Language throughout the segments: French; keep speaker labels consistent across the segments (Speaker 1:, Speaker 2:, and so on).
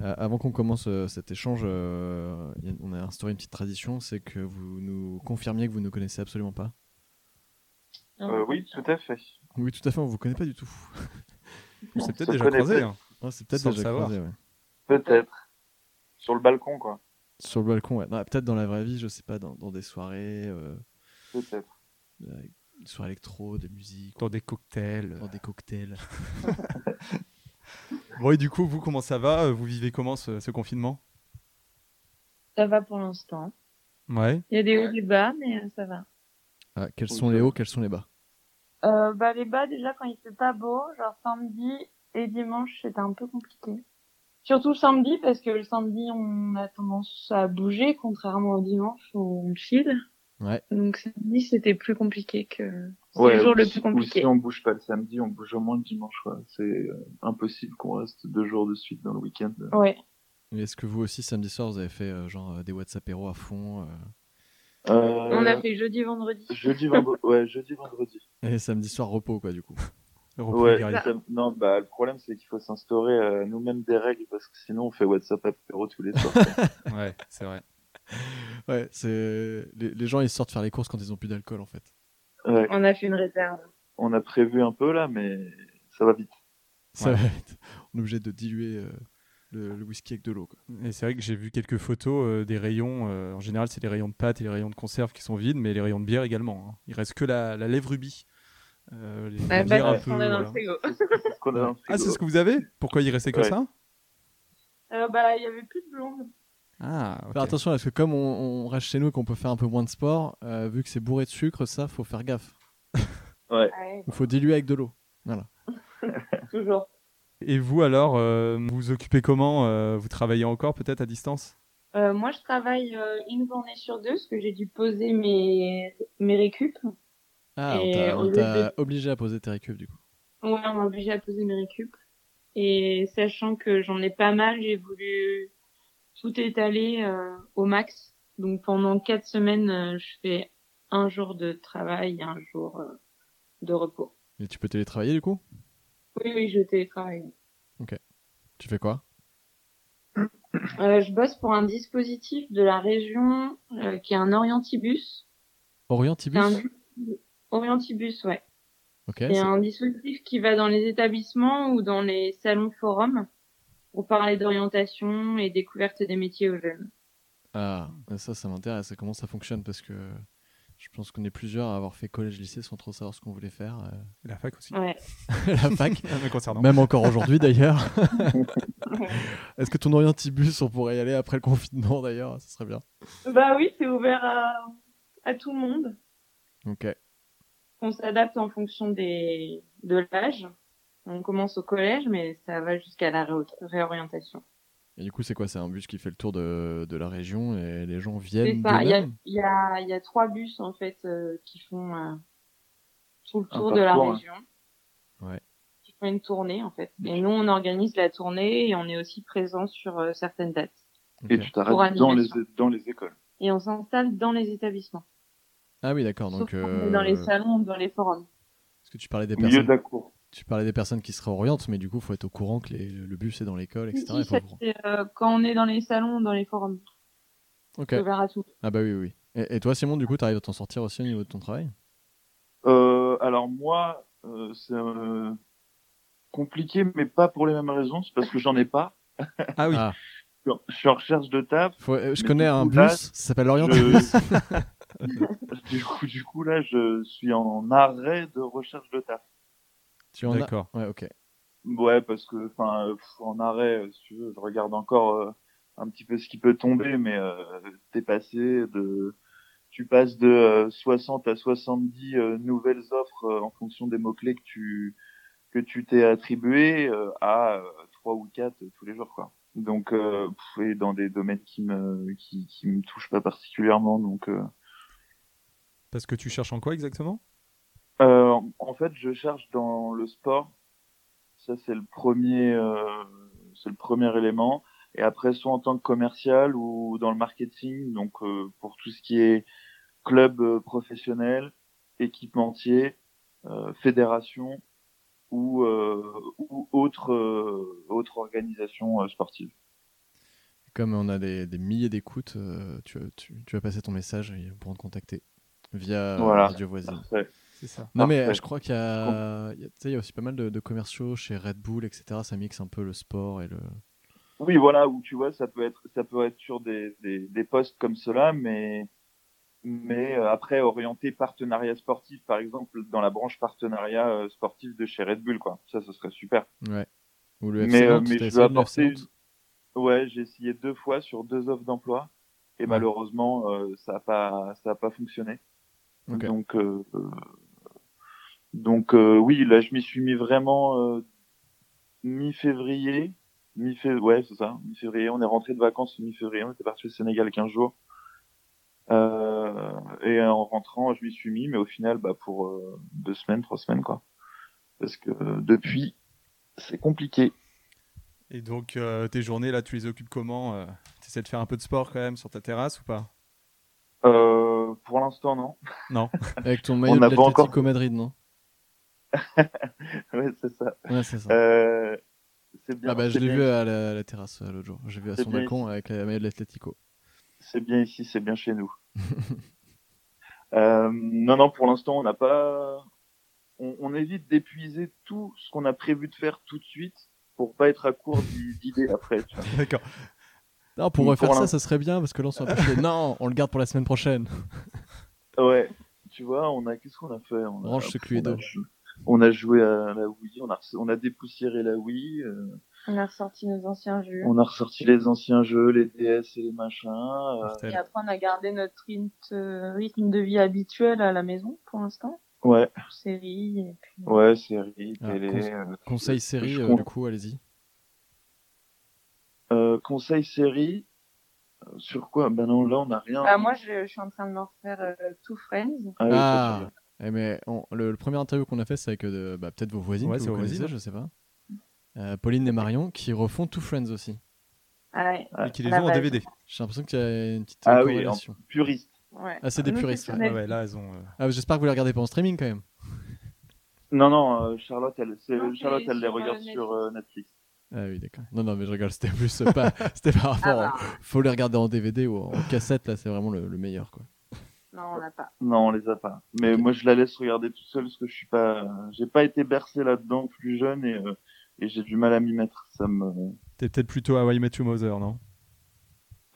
Speaker 1: Euh, avant qu'on commence euh, cet échange, euh, y a- on a instauré une petite tradition, c'est que vous nous confirmiez que vous ne connaissez absolument pas.
Speaker 2: Euh, oui, tout à fait.
Speaker 1: Oui, tout à fait, on vous connaît pas du tout.
Speaker 3: On s'est
Speaker 2: Ça
Speaker 3: peut-être déjà
Speaker 2: connaît
Speaker 3: croisé.
Speaker 2: peut-être.
Speaker 3: hein.
Speaker 1: Ah, c'est peut-être
Speaker 3: Sans le
Speaker 1: déjà
Speaker 3: savoir.
Speaker 1: croisé, ouais.
Speaker 2: Peut-être. Sur le balcon, quoi.
Speaker 1: Sur le balcon, ouais. Non, peut-être dans la vraie vie, je sais pas, dans, dans des soirées, euh,
Speaker 2: Peut-être.
Speaker 1: euh, des soirées électro, de musique,
Speaker 3: Dans des cocktails.
Speaker 1: dans des cocktails.
Speaker 3: Bon, et du coup, vous, comment ça va Vous vivez comment ce, ce confinement
Speaker 4: Ça va pour l'instant.
Speaker 3: Ouais.
Speaker 4: Il y a des hauts, des bas, mais euh, ça va.
Speaker 1: Ah, quels sont les hauts, quels sont les bas
Speaker 4: Euh, bah, les bas, déjà, quand il fait pas beau, genre samedi et dimanche, c'était un peu compliqué. Surtout samedi, parce que le samedi, on a tendance à bouger, contrairement au dimanche où on chill.
Speaker 1: Ouais.
Speaker 4: Donc samedi, c'était plus compliqué que... C'est
Speaker 2: Ouais,
Speaker 4: le jour
Speaker 2: ou
Speaker 4: le
Speaker 2: si-
Speaker 4: plus compliqué.
Speaker 2: Ou si on bouge pas le samedi, on bouge au moins le dimanche, quoi. C'est euh, impossible qu'on reste deux jours de suite dans le week-end.
Speaker 4: Ouais.
Speaker 1: Et Est-ce que vous aussi, samedi soir, vous avez fait euh, genre euh, des WhatsApp héros à fond euh,
Speaker 2: Euh,
Speaker 4: On a fait jeudi, vendredi.
Speaker 2: Jeudi, vendredi. ouais, jeudi, vendredi.
Speaker 1: Et samedi soir, repos, quoi, du coup.
Speaker 3: Repris
Speaker 2: Ouais,
Speaker 3: guerrier.
Speaker 2: ça- non, bah, le problème, c'est qu'il faut s'instaurer euh, nous-mêmes des règles parce que sinon, on fait WhatsApp apéro tous les soirs.
Speaker 3: Ouais, c'est vrai.
Speaker 1: Ouais, c'est. Les, les gens, ils sortent faire les courses quand ils ont plus d'alcool, en fait.
Speaker 2: ouais.
Speaker 4: On a fait une réserve.
Speaker 2: On a prévu un peu, là, mais ça va vite.
Speaker 1: Ça
Speaker 3: Ouais.
Speaker 1: va être- On est obligé de diluer euh, le, le whisky avec de l'eau, quoi.
Speaker 3: Et c'est vrai que j'ai vu quelques photos euh, des rayons. euh, en général, c'est les rayons de pâtes et les rayons de conserve qui sont vides, mais les rayons de bière également. hein. Il reste que la, la lève rubis. Euh, les
Speaker 4: Ouais,
Speaker 3: bières
Speaker 4: bah,
Speaker 3: un
Speaker 4: parce
Speaker 3: peu,
Speaker 4: qu'on est dans le
Speaker 3: voilà.
Speaker 4: frigo.
Speaker 2: C'est ce qu'on a dans le
Speaker 3: Ah, c'est
Speaker 2: frigo.
Speaker 3: ce que vous avez Pourquoi il restait que
Speaker 2: Ouais.
Speaker 3: ça
Speaker 4: Euh, bah, il y avait plus de blonde.
Speaker 3: Ah, ok.
Speaker 1: Faire Bah, attention, parce que comme on, on reste chez nous et qu'on peut faire un peu moins de sport, euh, vu que c'est bourré de sucre, ça, faut faire gaffe.
Speaker 4: Ouais,
Speaker 1: Il faut diluer avec de l'eau.
Speaker 4: toujours.
Speaker 3: Et vous alors, euh, vous vous occupez comment euh, Vous travaillez encore peut-être à distance
Speaker 4: Euh, moi, je travaille euh, une journée sur deux parce que j'ai dû poser mes, mes récup. Ouais,
Speaker 1: Ah, on
Speaker 4: Et
Speaker 1: t'a-
Speaker 4: au
Speaker 1: on
Speaker 4: lieu
Speaker 1: t'a obligé à poser tes récup, du coup.
Speaker 4: on m'a obligé à poser mes récup. Et sachant que j'en ai pas mal, j'ai voulu tout étaler euh, au max. Donc pendant quatre semaines, euh, je fais un jour de travail et un jour euh, de repos.
Speaker 1: Et tu peux télétravailler, du coup
Speaker 4: Oui, oui, je télétravaille.
Speaker 1: Tu fais quoi
Speaker 4: Euh, je bosse pour un dispositif de la région euh, qui est un orientibus. C'est
Speaker 1: Orientibus
Speaker 4: un orientibus, ouais.
Speaker 1: Ok.
Speaker 4: C'est
Speaker 1: c'est-
Speaker 4: un dispositif qui va dans les établissements ou dans les salons forums pour parler d'orientation et découverte des métiers aux jeunes.
Speaker 1: Ah, ça, ça m'intéresse. Comment ça fonctionne Parce que je pense qu'on est plusieurs à avoir fait collège-lycée sans trop savoir ce qu'on voulait faire. euh,
Speaker 3: Et La fac aussi.
Speaker 4: Ouais.
Speaker 1: la fac.
Speaker 3: Me concernant.
Speaker 1: Même encore aujourd'hui d'ailleurs. Est-ce que ton orientibus, on pourrait y aller après le confinement d'ailleurs Ce serait bien.
Speaker 4: Bah oui, c'est ouvert à, à tout le monde.
Speaker 1: Ok.
Speaker 4: On s'adapte en fonction des, de l'âge. On commence au collège, mais ça va jusqu'à la réo- réorientation.
Speaker 1: Et du coup, c'est quoi C'est un bus qui fait le tour de, de la région et les gens
Speaker 4: C'est
Speaker 1: viennent
Speaker 4: ça. Il y a,
Speaker 1: d'eux-mêmes
Speaker 4: il y, a, il y a trois bus en fait euh, qui font euh, tout le
Speaker 2: Un
Speaker 4: tour de la
Speaker 2: parcours, hein.
Speaker 4: région.
Speaker 1: Ouais.
Speaker 4: Qui font une tournée en fait. Et nous, on organise la tournée et on est aussi présent sur euh, certaines dates.
Speaker 1: Ok.
Speaker 2: Et tu
Speaker 4: Pour
Speaker 2: t'arrêtes dans les,
Speaker 4: animation.
Speaker 2: dans les écoles.
Speaker 4: et on s'installe dans les établissements.
Speaker 1: Ah oui, d'accord.
Speaker 4: Sauf
Speaker 1: Donc,
Speaker 4: qu'on
Speaker 1: euh,
Speaker 4: est dans les salons ou dans les forums.
Speaker 1: parce que tu parlais des
Speaker 2: Au milieu
Speaker 1: personnes,
Speaker 2: de la cour.
Speaker 1: tu parlais des personnes qui se réorientent, mais du coup, faut être au courant que les- le bus est dans l'école, etc.
Speaker 4: Si,
Speaker 1: Il faut
Speaker 4: ça,
Speaker 1: vous-
Speaker 4: c'est, euh, quand on est dans les salons ou dans les forums,
Speaker 1: Ok.
Speaker 4: c'est ouvert à tout.
Speaker 1: Ah bah oui, oui. Et, et toi, Simon, du coup, t'arrives à t'en sortir aussi au niveau de ton travail
Speaker 2: Euh, alors moi, euh, c'est euh, compliqué, mais pas pour les mêmes raisons. C'est parce que j'en ai pas.
Speaker 3: Ah oui.
Speaker 1: Ah.
Speaker 2: Je suis en- Je suis en recherche de taf.
Speaker 1: Faut- euh, Je
Speaker 2: Mais
Speaker 1: connais
Speaker 2: du
Speaker 1: un
Speaker 2: coup,
Speaker 1: bus,
Speaker 2: là,
Speaker 1: ça s'appelle l'orientibus.
Speaker 2: Je... du, coup, du coup, là, je suis en arrêt de recherche de taf.
Speaker 1: Tu en as
Speaker 3: D'accord.
Speaker 1: Ouais, ok.
Speaker 2: Ouais, parce que, enfin, euh, pff, en arrêt, euh, si tu veux, je regarde encore euh, un petit peu ce qui peut tomber, mais euh, t'es passé de, tu passes de euh, 60 à 70 euh, nouvelles offres euh, en fonction des mots clés que tu que tu t'es attribué euh, à euh, trois ou quatre euh, tous les jours, quoi. Donc, euh, pff, et dans des domaines qui me qui qui me touchent pas particulièrement, donc. euh,
Speaker 3: Parce que tu cherches en quoi exactement
Speaker 2: Euh, en fait, je cherche dans le sport. Ça, c'est le premier, euh, c'est le premier élément. Et après, soit en tant que commercial ou dans le marketing, donc euh, pour tout ce qui est club euh, professionnel, équipementier, euh, fédération ou, euh, ou autre, euh, autre organisation euh, sportive.
Speaker 1: Comme on a des, des milliers d'écoutes, euh, tu, tu- tu vas passer ton message et ils pourront te contacter via euh,
Speaker 2: Voilà.
Speaker 1: Radio Voisine.
Speaker 2: Parfait.
Speaker 3: C'est ça.
Speaker 1: Non, mais
Speaker 2: Parfait.
Speaker 1: euh, je crois qu'il y a, il y a- tu sais, il y a aussi pas mal de, de commerciaux chez Red Bull, etc. Ça mixe un peu le sport et le.
Speaker 2: Oui, voilà, où tu vois, ça peut être, ça peut être sur des, des, des postes comme cela, mais, mais euh, après orienté partenariat sportif, par exemple, dans la branche partenariat euh, sportif de chez Red Bull, quoi. Ça, ce serait super.
Speaker 1: Ouais. Ou le
Speaker 2: Mais,
Speaker 1: FC
Speaker 2: euh,
Speaker 1: Nantes, t'as
Speaker 2: mais je
Speaker 1: essayé
Speaker 2: veux
Speaker 1: de le FC
Speaker 2: apporter.
Speaker 1: Nantes
Speaker 2: une- Ouais, j'ai essayé deux fois sur deux offres d'emploi, et
Speaker 1: Ouais.
Speaker 2: malheureusement, euh, ça a pas, ça a pas fonctionné.
Speaker 1: Ok.
Speaker 2: Donc, euh, euh, donc euh, oui, là, je m'y suis mis vraiment euh, mi-février. Mi ouais, c'est ça, mi-février. On est rentré de vacances mi-février. On était parti au Sénégal 15 jours. Euh, et en rentrant, je m'y suis mis, mais au final, bah, pour euh, deux semaines, trois semaines, quoi. Parce que euh, depuis, c'est compliqué.
Speaker 3: Et donc, euh, tes journées, là, tu les occupes comment euh, T'essaies de faire un peu de sport quand même sur ta terrasse ou pas
Speaker 2: Euh, pour l'instant, non.
Speaker 1: Avec ton maillot
Speaker 2: On
Speaker 1: de
Speaker 2: n'a pas encore-
Speaker 1: l'Atlético Madrid, non
Speaker 2: ouais, c'est ça.
Speaker 1: Ouais, c'est ça.
Speaker 2: Euh, c'est bien.
Speaker 1: ah bah, je
Speaker 2: c'est
Speaker 1: l'ai
Speaker 2: bien
Speaker 1: vu à la, à la terrasse euh, l'autre jour. J'ai vu à
Speaker 2: C'est
Speaker 1: son
Speaker 2: bien.
Speaker 1: balcon avec la maillot de l'Atlético.
Speaker 2: c'est bien ici, c'est bien chez nous. Euh, non, non, pour l'instant, on n'a pas. On, on évite d'épuiser tout ce qu'on a prévu de faire tout de suite pour pas être à court d'i- d'idées après. tu vois.
Speaker 3: D'accord.
Speaker 1: Non, pour
Speaker 2: Pour
Speaker 1: refaire ça,
Speaker 2: l'in-
Speaker 1: ça serait bien parce que là, on s'est un peu chier. Non, on le garde pour la semaine prochaine.
Speaker 2: Ouais, tu vois, on a qu'est-ce qu'on a fait on a,
Speaker 1: Range ce Cluedo.
Speaker 2: on a jou- On a joué à la Wii, on a, rece- on a dépoussiéré la Wii, euh,
Speaker 4: On a ressorti nos anciens jeux.
Speaker 2: on a ressorti les anciens jeux, les DS et les machins. euh,
Speaker 3: Mortel.
Speaker 4: Et après, on a gardé notre rythme, euh, rythme de vie habituel à la maison, pour l'instant.
Speaker 2: ouais,
Speaker 4: Série, et puis...
Speaker 2: ouais, série,
Speaker 1: Ah,
Speaker 2: télé.
Speaker 1: conse-
Speaker 2: euh,
Speaker 1: Conseil
Speaker 2: je-
Speaker 1: série,
Speaker 2: je
Speaker 1: euh,
Speaker 2: compte-
Speaker 1: du coup, allez-y.
Speaker 2: Euh, conseil série, euh, sur quoi Ben non, là on n'a rien.
Speaker 4: Bah, moi, je, je suis en train de leur faire euh, Two Friends.
Speaker 2: Ah oui, ça, c'est
Speaker 1: Ah, Eh, mais on- le, le premier interview qu'on a fait, c'est avec euh, de- bah, peut-être vos voisines
Speaker 3: Ouais,
Speaker 1: que
Speaker 3: c'est
Speaker 1: vous
Speaker 3: vos
Speaker 1: connaissez,
Speaker 3: voisines. hein.
Speaker 1: je sais pas. Euh, Pauline et Marion qui refont Two Friends aussi.
Speaker 4: Ah ouais,
Speaker 2: Ouais.
Speaker 3: Et qui les
Speaker 4: La
Speaker 3: ont en
Speaker 4: base.
Speaker 3: DVD.
Speaker 1: J'ai l'impression qu'il y a une petite
Speaker 2: Ah
Speaker 1: euh,
Speaker 2: oui,
Speaker 1: corrélation.
Speaker 2: puriste.
Speaker 4: ouais.
Speaker 1: Ah, c'est des
Speaker 4: Nous,
Speaker 1: puristes,
Speaker 4: c'est
Speaker 1: ouais.
Speaker 3: Ah
Speaker 4: honnête.
Speaker 3: ouais, là, elles ont. euh,
Speaker 1: Ah, J'espère que vous les regardez pas en streaming quand même.
Speaker 2: Non, non, euh, Charlotte, elle, c'est-
Speaker 4: Non, c'est
Speaker 2: Charlotte, elle les
Speaker 4: sur, euh,
Speaker 2: regarde
Speaker 4: Netflix.
Speaker 2: sur euh, Netflix.
Speaker 1: Ah oui, d'accord. Non, non, mais je rigole, c'était plus euh, pas. C'était par
Speaker 4: Ah
Speaker 1: rapport.
Speaker 4: bah,
Speaker 1: euh, Faut les regarder en DVD ou en cassette, là, c'est vraiment le, le meilleur, quoi.
Speaker 4: non, on l'a pas.
Speaker 2: Non, on les a pas. Mais
Speaker 1: Ok.
Speaker 2: moi, je la laisse regarder toute seule parce que je suis pas, euh, j'ai pas été bercé là-dedans plus jeune et, euh, et j'ai du mal à m'y mettre. Ça me.
Speaker 3: T'es peut-être plutôt à Why Met Your Mother, non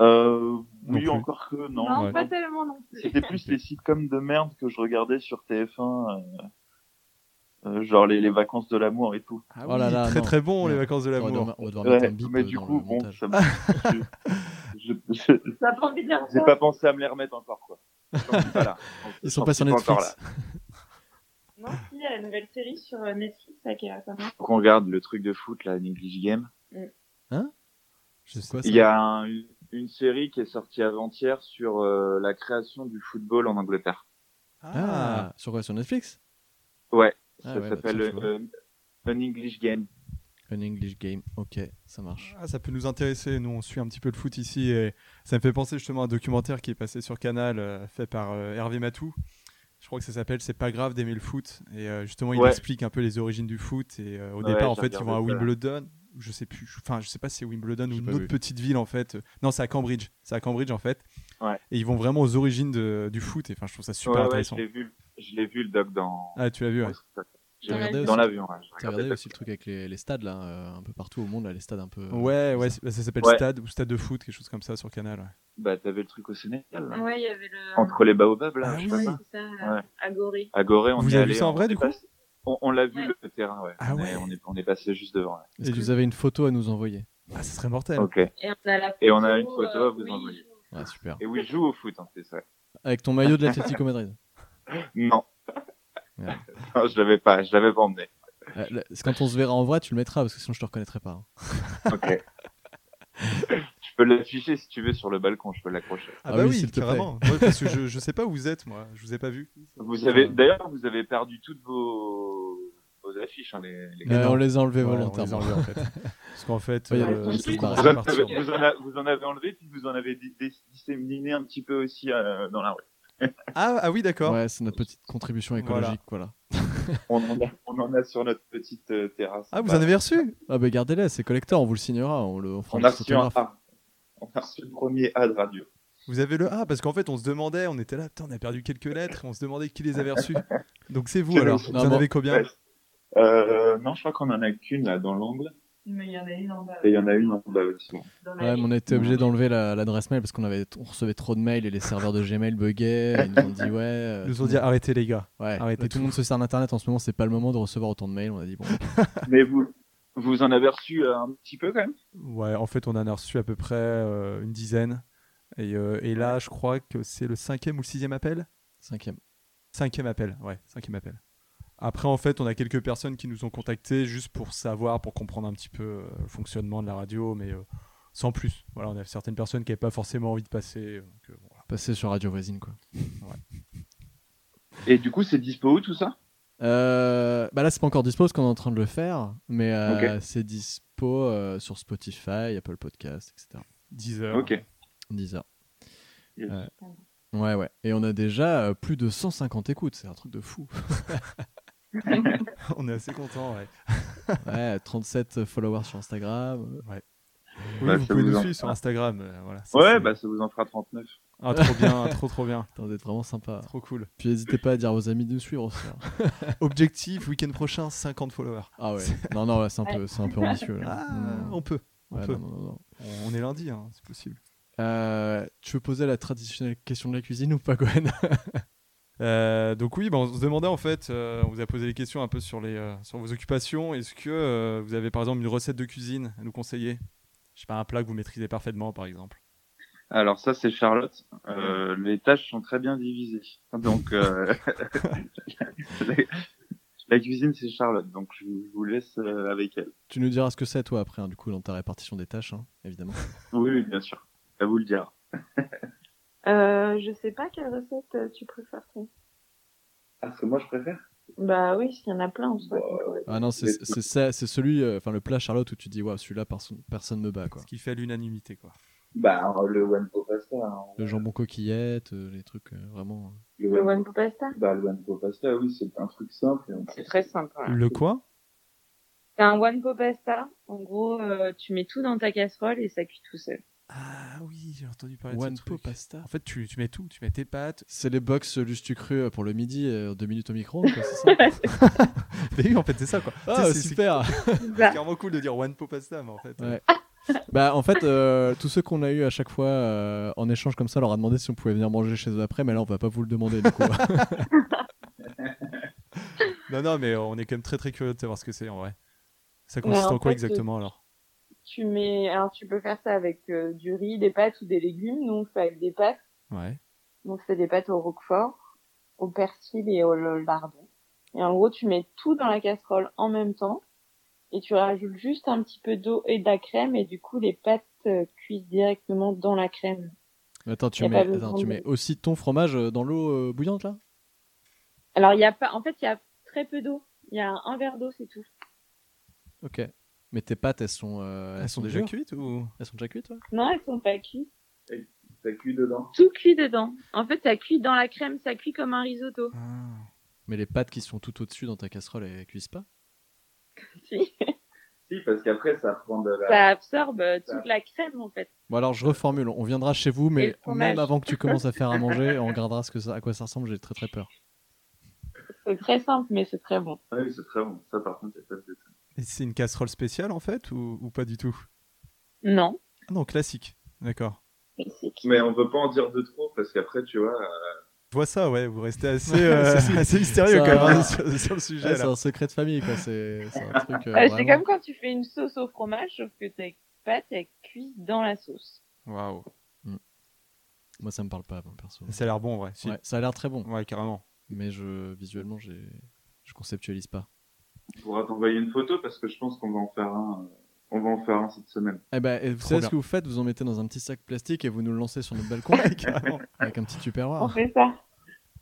Speaker 2: Euh,
Speaker 3: Non
Speaker 2: oui,
Speaker 3: plus.
Speaker 2: encore que non.
Speaker 4: Non,
Speaker 3: ouais.
Speaker 4: pas tellement non plus.
Speaker 2: C'était plus les sitcoms de merde que je regardais sur TF1, euh, euh, genre les, les vacances de l'amour et tout.
Speaker 1: Oh là là,
Speaker 3: Ah Très
Speaker 1: non. Oh,
Speaker 3: très bon, les
Speaker 1: Merde.
Speaker 3: vacances de
Speaker 1: On va
Speaker 3: l'amour.
Speaker 1: devoir, on va devoir mettre
Speaker 2: Ouais,
Speaker 1: un bip
Speaker 2: mais
Speaker 1: euh,
Speaker 2: du
Speaker 1: dans
Speaker 2: coup,
Speaker 1: le
Speaker 2: bon,
Speaker 1: montage.
Speaker 2: ça me. je- je- je-
Speaker 4: T'as pas envie de la
Speaker 2: J'ai
Speaker 4: revoir
Speaker 2: pas pensé à me les remettre encore, quoi. J'en suis pas là.
Speaker 1: Ils sont
Speaker 2: J'en
Speaker 1: pas
Speaker 2: suis
Speaker 1: sur
Speaker 2: encore
Speaker 1: Netflix.
Speaker 4: Non, si, il y a la nouvelle série sur euh, Netflix, là, qui est à
Speaker 2: là. Qu'on regarde le truc de foot, la Neglige Game.
Speaker 3: Je sais
Speaker 1: quoi, ça
Speaker 2: Il y a un- une série qui est sortie avant-hier sur euh, la création du football en Angleterre.
Speaker 3: Ah,
Speaker 1: Ah, sur quoi Sur Netflix
Speaker 2: Ouais,
Speaker 1: Ah
Speaker 2: ça
Speaker 1: ouais, bah
Speaker 2: s'appelle
Speaker 1: tiens, tu vois.
Speaker 2: euh, An English Game.
Speaker 1: An English Game. Ok, ça marche.
Speaker 3: Ah, ça peut nous intéresser. Nous, on suit un petit peu le foot ici et ça me fait penser justement à un documentaire qui est passé sur Canal, euh, fait par euh, Hervé Matou. Je crois que ça s'appelle C'est pas grave d'aimer le foot. Et euh, justement, il
Speaker 2: Ouais.
Speaker 3: explique un peu les origines du foot. Et euh, au
Speaker 2: Ouais,
Speaker 3: départ, en
Speaker 2: j'ai
Speaker 3: fait, ils vont à
Speaker 2: regardé ça.
Speaker 3: Wimbledon. ou Je sais plus. Enfin, je sais pas si c'est Wimbledon ou
Speaker 1: J'ai
Speaker 3: une
Speaker 1: pas
Speaker 3: autre
Speaker 1: vu.
Speaker 3: petite ville en fait. Non, c'est à Cambridge. C'est à Cambridge en fait.
Speaker 2: Ouais.
Speaker 3: Et ils vont vraiment aux origines de- du foot. Et enfin, je trouve ça super
Speaker 2: ouais, ouais, je
Speaker 3: intéressant.
Speaker 2: l'ai vu, je l'ai vu le doc dans.
Speaker 3: ah, tu l'as vu, ouais.
Speaker 2: J'ai
Speaker 4: regardé
Speaker 2: vu
Speaker 1: aussi-
Speaker 2: dans l'avion. ouais, j'ai
Speaker 1: T'as
Speaker 2: regardé
Speaker 1: regardé
Speaker 2: le
Speaker 1: aussi le truc avec les, les stades, là, euh, un peu partout au monde, là, les stades un peu. euh,
Speaker 3: Ouais, ouais,
Speaker 1: ça.
Speaker 3: c'est- bah, ça s'appelle
Speaker 2: Ouais.
Speaker 3: Stade ou Stade de foot, quelque chose comme ça sur Canal. ouais.
Speaker 2: doc. Bah, t'avais le truc au Sénégal, là.
Speaker 4: Ouais, il y avait le.
Speaker 2: entre les baobabs, là.
Speaker 3: Ah
Speaker 2: je
Speaker 3: oui.
Speaker 2: sais pas.
Speaker 4: Ouais, c'est ça,
Speaker 2: Ah
Speaker 4: euh,
Speaker 2: Ouais.
Speaker 4: à Gorée.
Speaker 2: À Gorée, on
Speaker 3: Vous
Speaker 2: y
Speaker 3: avez vu
Speaker 2: allait,
Speaker 3: ça en
Speaker 2: on
Speaker 3: vrai, du
Speaker 2: est
Speaker 3: coup
Speaker 2: passé- on, on l'a vu
Speaker 4: Ouais.
Speaker 2: le terrain, ouais.
Speaker 3: Ah
Speaker 2: on, est,
Speaker 3: ouais.
Speaker 2: on, est, on est passé juste devant. ouais.
Speaker 1: Est-ce
Speaker 3: Et
Speaker 1: que
Speaker 3: du-
Speaker 1: vous avez une photo à nous envoyer
Speaker 3: Ah, ça serait mortel.
Speaker 2: Ok.
Speaker 4: Et on a la photo,
Speaker 2: Et on a une photo à
Speaker 4: euh,
Speaker 2: vous
Speaker 4: oui,
Speaker 2: envoyer.
Speaker 1: Ouais, super.
Speaker 2: Et oui, je joue au foot, hein, c'est ça.
Speaker 1: Avec ton maillot de l'Atlético Madrid.
Speaker 2: Non.
Speaker 1: Merde.
Speaker 2: non, je l'avais pas, je l'avais pas emmené.
Speaker 1: Euh, là, c'est quand on se verra en vrai, tu le mettras parce que sinon je te reconnaîtrai pas. hein.
Speaker 2: Ok. je peux l'afficher si tu veux sur le balcon, je peux l'accrocher.
Speaker 3: Ah,
Speaker 1: Ah
Speaker 3: bah
Speaker 1: oui,
Speaker 3: oui,
Speaker 1: s'il te plaît.
Speaker 3: carrément. Ouais, parce que je, je sais pas où vous êtes, moi. Je vous ai pas vu.
Speaker 2: Vous avez, d'ailleurs, vous avez perdu toutes vos, vos affiches, hein, les, les
Speaker 1: Euh,
Speaker 2: gars.
Speaker 1: on les a enlevés
Speaker 3: Ouais, on les a
Speaker 1: volontairement.
Speaker 3: enlevés, en fait. Parce qu'en fait,
Speaker 1: Ouais, il y a
Speaker 3: euh,
Speaker 4: le-
Speaker 3: c'est
Speaker 4: le-
Speaker 3: qu'on
Speaker 1: le-
Speaker 2: Vous,
Speaker 3: va
Speaker 2: en
Speaker 3: partir.
Speaker 2: avez, vous, en a- vous en avez enlevé, puis vous en avez dis- dis- disséminé un petit peu aussi euh, dans la rue.
Speaker 3: Ah, ah oui, d'accord.
Speaker 1: Ouais, c'est notre petite contribution écologique, voilà.
Speaker 2: On en a, on en a sur notre petite euh, terrasse.
Speaker 3: Ah, vous en avez reçu
Speaker 1: ben, Ah bah gardez-les, c'est collector, on vous le signera, on le on fera
Speaker 2: On
Speaker 1: un
Speaker 2: a
Speaker 1: petit
Speaker 2: reçu un.
Speaker 1: autographe.
Speaker 2: ah, On a reçu le premier A de radio.
Speaker 3: Vous avez le A parce qu'en fait on se demandait, on était là, putain, on a perdu quelques lettres, on se demandait qui les avait reçues. Donc c'est vous
Speaker 2: C'est
Speaker 3: alors.
Speaker 2: nous.
Speaker 3: Vous
Speaker 1: Non,
Speaker 3: en
Speaker 1: bon.
Speaker 3: avez combien
Speaker 2: Ouais. Euh, non, je crois qu'on en a qu'une là dans l'angle.
Speaker 4: Mais il y en a une en bas.
Speaker 2: Et il y en a une en bas aussi.
Speaker 4: Dans la
Speaker 1: Ouais, mais
Speaker 4: liste.
Speaker 1: on a été obligé d'enlever la- l'adresse mail parce qu'on avait, on recevait trop de mails et les serveurs de Gmail buguaient. et Ils nous ont dit ouais. euh,
Speaker 3: Ils nous
Speaker 1: tout
Speaker 3: ont
Speaker 1: le
Speaker 3: dit
Speaker 1: monde-
Speaker 3: arrêtez les gars.
Speaker 1: ouais, Bah,
Speaker 3: arrêtez
Speaker 1: tout
Speaker 3: tout.
Speaker 1: le monde se sert d'internet en ce moment. C'est pas le moment de recevoir autant de mails. On a dit bon.
Speaker 2: Mais vous, vous en avez reçu euh, un petit peu quand même
Speaker 3: Ouais, en fait on en a reçu à peu près euh, une dizaine. Et, euh, et là je crois que c'est le cinquième ou le sixième appel
Speaker 1: Cinquième.
Speaker 3: Cinquième appel, ouais, cinquième appel. Après, en fait, on a quelques personnes qui nous ont contactés juste pour savoir, pour comprendre un petit peu euh, le fonctionnement de la radio, mais euh, sans plus. Voilà, on a certaines personnes qui n'avaient pas forcément envie de passer. donc, euh, voilà.
Speaker 1: Passer sur Radio Voisine quoi.
Speaker 2: Et du coup, c'est dispo où tout ça
Speaker 1: Euh, bah là c'est pas encore dispo parce qu'on est en train de le faire, mais euh, c'est dispo euh, sur Spotify, Apple Podcast, etc.
Speaker 3: 10 heures.
Speaker 2: Ok.
Speaker 1: 10 heures.
Speaker 2: Yes.
Speaker 1: Euh, ouais ouais. Et on a déjà euh, plus de 150 écoutes. C'est un truc de fou.
Speaker 3: on est assez content. Ouais.
Speaker 1: Ouais, 37 followers sur Instagram. Euh,
Speaker 3: Oui,
Speaker 2: Bah,
Speaker 3: vous
Speaker 2: ça
Speaker 3: pouvez
Speaker 2: vous
Speaker 3: nous
Speaker 2: en-
Speaker 3: suivre sur Instagram. euh, voilà, ça,
Speaker 2: Ouais,
Speaker 3: c'est-
Speaker 2: bah ça vous en fera 39.
Speaker 3: Ah, trop bien, trop trop bien,
Speaker 1: Putain, Vous êtes vraiment sympa.
Speaker 3: trop cool.
Speaker 1: Puis n'hésitez pas à dire aux amis de nous suivre aussi. hein.
Speaker 3: Objectif week-end prochain, 50 followers.
Speaker 1: Ah ouais. Non, non, ouais, c'est un, peu- c'est un peu ambitieux. Là.
Speaker 3: Ah,
Speaker 1: Non, non.
Speaker 3: on peut, on
Speaker 1: Ouais,
Speaker 3: peut.
Speaker 1: non, non, non, non.
Speaker 3: On on est lundi, hein, c'est possible.
Speaker 1: Euh, tu veux poser la traditionnelle question de la cuisine ou pas, Gwen
Speaker 3: Euh, donc oui, bah, on se demandait en fait, euh, on vous a posé des questions un peu sur, les, euh, sur vos occupations. Est-ce que euh, vous avez par exemple une recette de cuisine à nous conseiller Je sais pas, un plat que vous maîtrisez parfaitement par exemple.
Speaker 2: Alors ça, c'est Charlotte. Euh, les tâches sont très bien divisées. Donc euh, la, la cuisine, c'est Charlotte. Donc je, vous- je vous laisse euh, avec elle.
Speaker 1: Tu nous diras ce que c'est, toi, après, hein, du coup, dans ta répartition des tâches, hein, évidemment.
Speaker 2: Oui, oui, bien sûr. Elle vous le dira.
Speaker 4: Euh, je sais pas quelle recette euh, tu préfères, toi.
Speaker 2: Ah, que moi je préfère.
Speaker 4: Bah oui, il y en a plein en soi.
Speaker 2: Bah,
Speaker 1: Ah non, c'est c'est ça- c'est celui, euh, enfin, le plat Charlotte où tu dis, waouh, celui-là, perso- personne me bat, quoi.
Speaker 3: Ce qui fait l'unanimité quoi.
Speaker 2: Bah le one pot pasta. hein.
Speaker 1: Le jambon coquillette, euh, les trucs euh, vraiment.
Speaker 4: Le one pot pasta.
Speaker 2: Bah le one pot pasta, oui, c'est un truc simple. et on-
Speaker 4: C'est très simple. voilà.
Speaker 3: Ah, Le quoi
Speaker 4: C'est un one pot pasta. En gros, euh, tu mets tout dans ta casserole et ça cuit tout seul.
Speaker 3: Ah oui, j'ai entendu
Speaker 1: euh,
Speaker 3: parler
Speaker 1: One
Speaker 3: de ce
Speaker 1: pot
Speaker 3: truc.
Speaker 1: pasta.
Speaker 3: En fait, tu, tu mets tout, tu mets tes pâtes.
Speaker 1: C'est les box lustu cru pour le midi, euh, deux minutes au micro, quoi, c'est ça
Speaker 3: Mais oui, en fait, c'est ça quoi. Tu
Speaker 1: Ah,
Speaker 3: sais, c'est- c'est
Speaker 1: super
Speaker 3: c'est
Speaker 4: Bah,
Speaker 3: carrément cool de dire one pot pasta, mais en fait. euh,
Speaker 1: Ouais. Bah, en fait, euh, tous ceux qu'on a eu à chaque fois euh, en échange comme ça, on leur a demandé si on pouvait venir manger chez eux après, mais là, on va pas vous le demander, du coup.
Speaker 3: Non, non, mais euh, on est quand même très très curieux de savoir ce que c'est en vrai. Ça consiste
Speaker 4: Ouais, en
Speaker 3: en
Speaker 4: fait,
Speaker 3: quoi
Speaker 4: euh,
Speaker 3: exactement alors
Speaker 4: tu mets, alors tu peux faire ça avec euh, du riz, des pâtes ou des légumes. Nous, on fait avec des pâtes.
Speaker 3: Ouais.
Speaker 4: Donc, c'est des pâtes au roquefort, au persil et au lardon. Et en gros, tu mets tout dans la casserole en même temps. Et tu rajoutes juste un petit peu d'eau et de la crème. Et du coup, les pâtes euh, cuisent directement dans la crème.
Speaker 1: Attends, tu
Speaker 4: Y a
Speaker 1: mets,
Speaker 4: pas besoin
Speaker 1: attends, tu
Speaker 4: de-
Speaker 1: mets aussi ton fromage euh, dans l'eau euh, bouillante là
Speaker 4: Alors, il y a pas, en fait, il y a très peu d'eau. Il y a un verre d'eau, c'est tout.
Speaker 1: Ok. Mais tes pâtes, elles sont, euh,
Speaker 3: Elles sont déjà
Speaker 1: dures
Speaker 3: cuites ou
Speaker 1: Elles sont déjà cuites, ouais
Speaker 4: Non, elles sont pas cuites.
Speaker 2: Ça cuit dedans.
Speaker 4: Tout cuit dedans. En fait, ça cuit dans la crème, ça cuit comme un risotto.
Speaker 3: Ah.
Speaker 1: Mais les pâtes qui sont tout au-dessus dans ta casserole, elles cuisent pas
Speaker 4: Si.
Speaker 2: Si, parce qu'après ça prend de la.
Speaker 4: Ça absorbe euh, toute la crème, en fait.
Speaker 1: Bon, alors je reformule, on viendra chez vous,
Speaker 4: Et
Speaker 1: mais
Speaker 4: le fromage.
Speaker 1: même avant que tu commences à faire à manger, on regardera ce que ça, à quoi ça ressemble, j'ai très très peur.
Speaker 4: C'est très simple, mais c'est très bon.
Speaker 2: Ah Oui, c'est très bon. Ça par contre, c'est pas de
Speaker 3: Et c'est une casserole spéciale en fait ou, ou pas du tout
Speaker 4: Non. Euh,
Speaker 3: Ah non, classique. D'accord.
Speaker 4: Mais c'est qui
Speaker 2: Mais on veut pas en dire de trop parce qu'après, tu vois. euh,
Speaker 3: Je vois ça, ouais, vous restez assez, euh, assez
Speaker 1: Ça-
Speaker 3: mystérieux quand même hein, sur, sur le sujet
Speaker 1: Ouais, c'est
Speaker 3: là.
Speaker 1: un secret de famille, quoi. C'est c'est un truc. euh,
Speaker 4: Euh, c'est
Speaker 1: vraiment-
Speaker 4: comme quand tu fais une sauce au fromage, sauf que tes pâtes, elles cuisent dans la sauce.
Speaker 3: Waouh.
Speaker 1: Moi, ça me parle pas, moi, perso.
Speaker 3: Ça a l'air bon, ouais. si.
Speaker 1: Ouais, ça a l'air très bon,
Speaker 3: Ouais, carrément.
Speaker 1: mais je visuellement, j'ai- je conceptualise pas.
Speaker 2: On pourra t'envoyer une photo parce que je pense qu'on va en faire un. euh, On va en faire un cette semaine.
Speaker 1: Eh ben, et vous
Speaker 3: Trop
Speaker 1: savez
Speaker 3: bien.
Speaker 1: ce que vous faites Vous en mettez dans un petit sac plastique et vous nous le lancez sur notre balcon
Speaker 3: Carrément.
Speaker 1: avec un petit
Speaker 2: Ah.
Speaker 4: On
Speaker 1: tupperware.
Speaker 4: fait ça.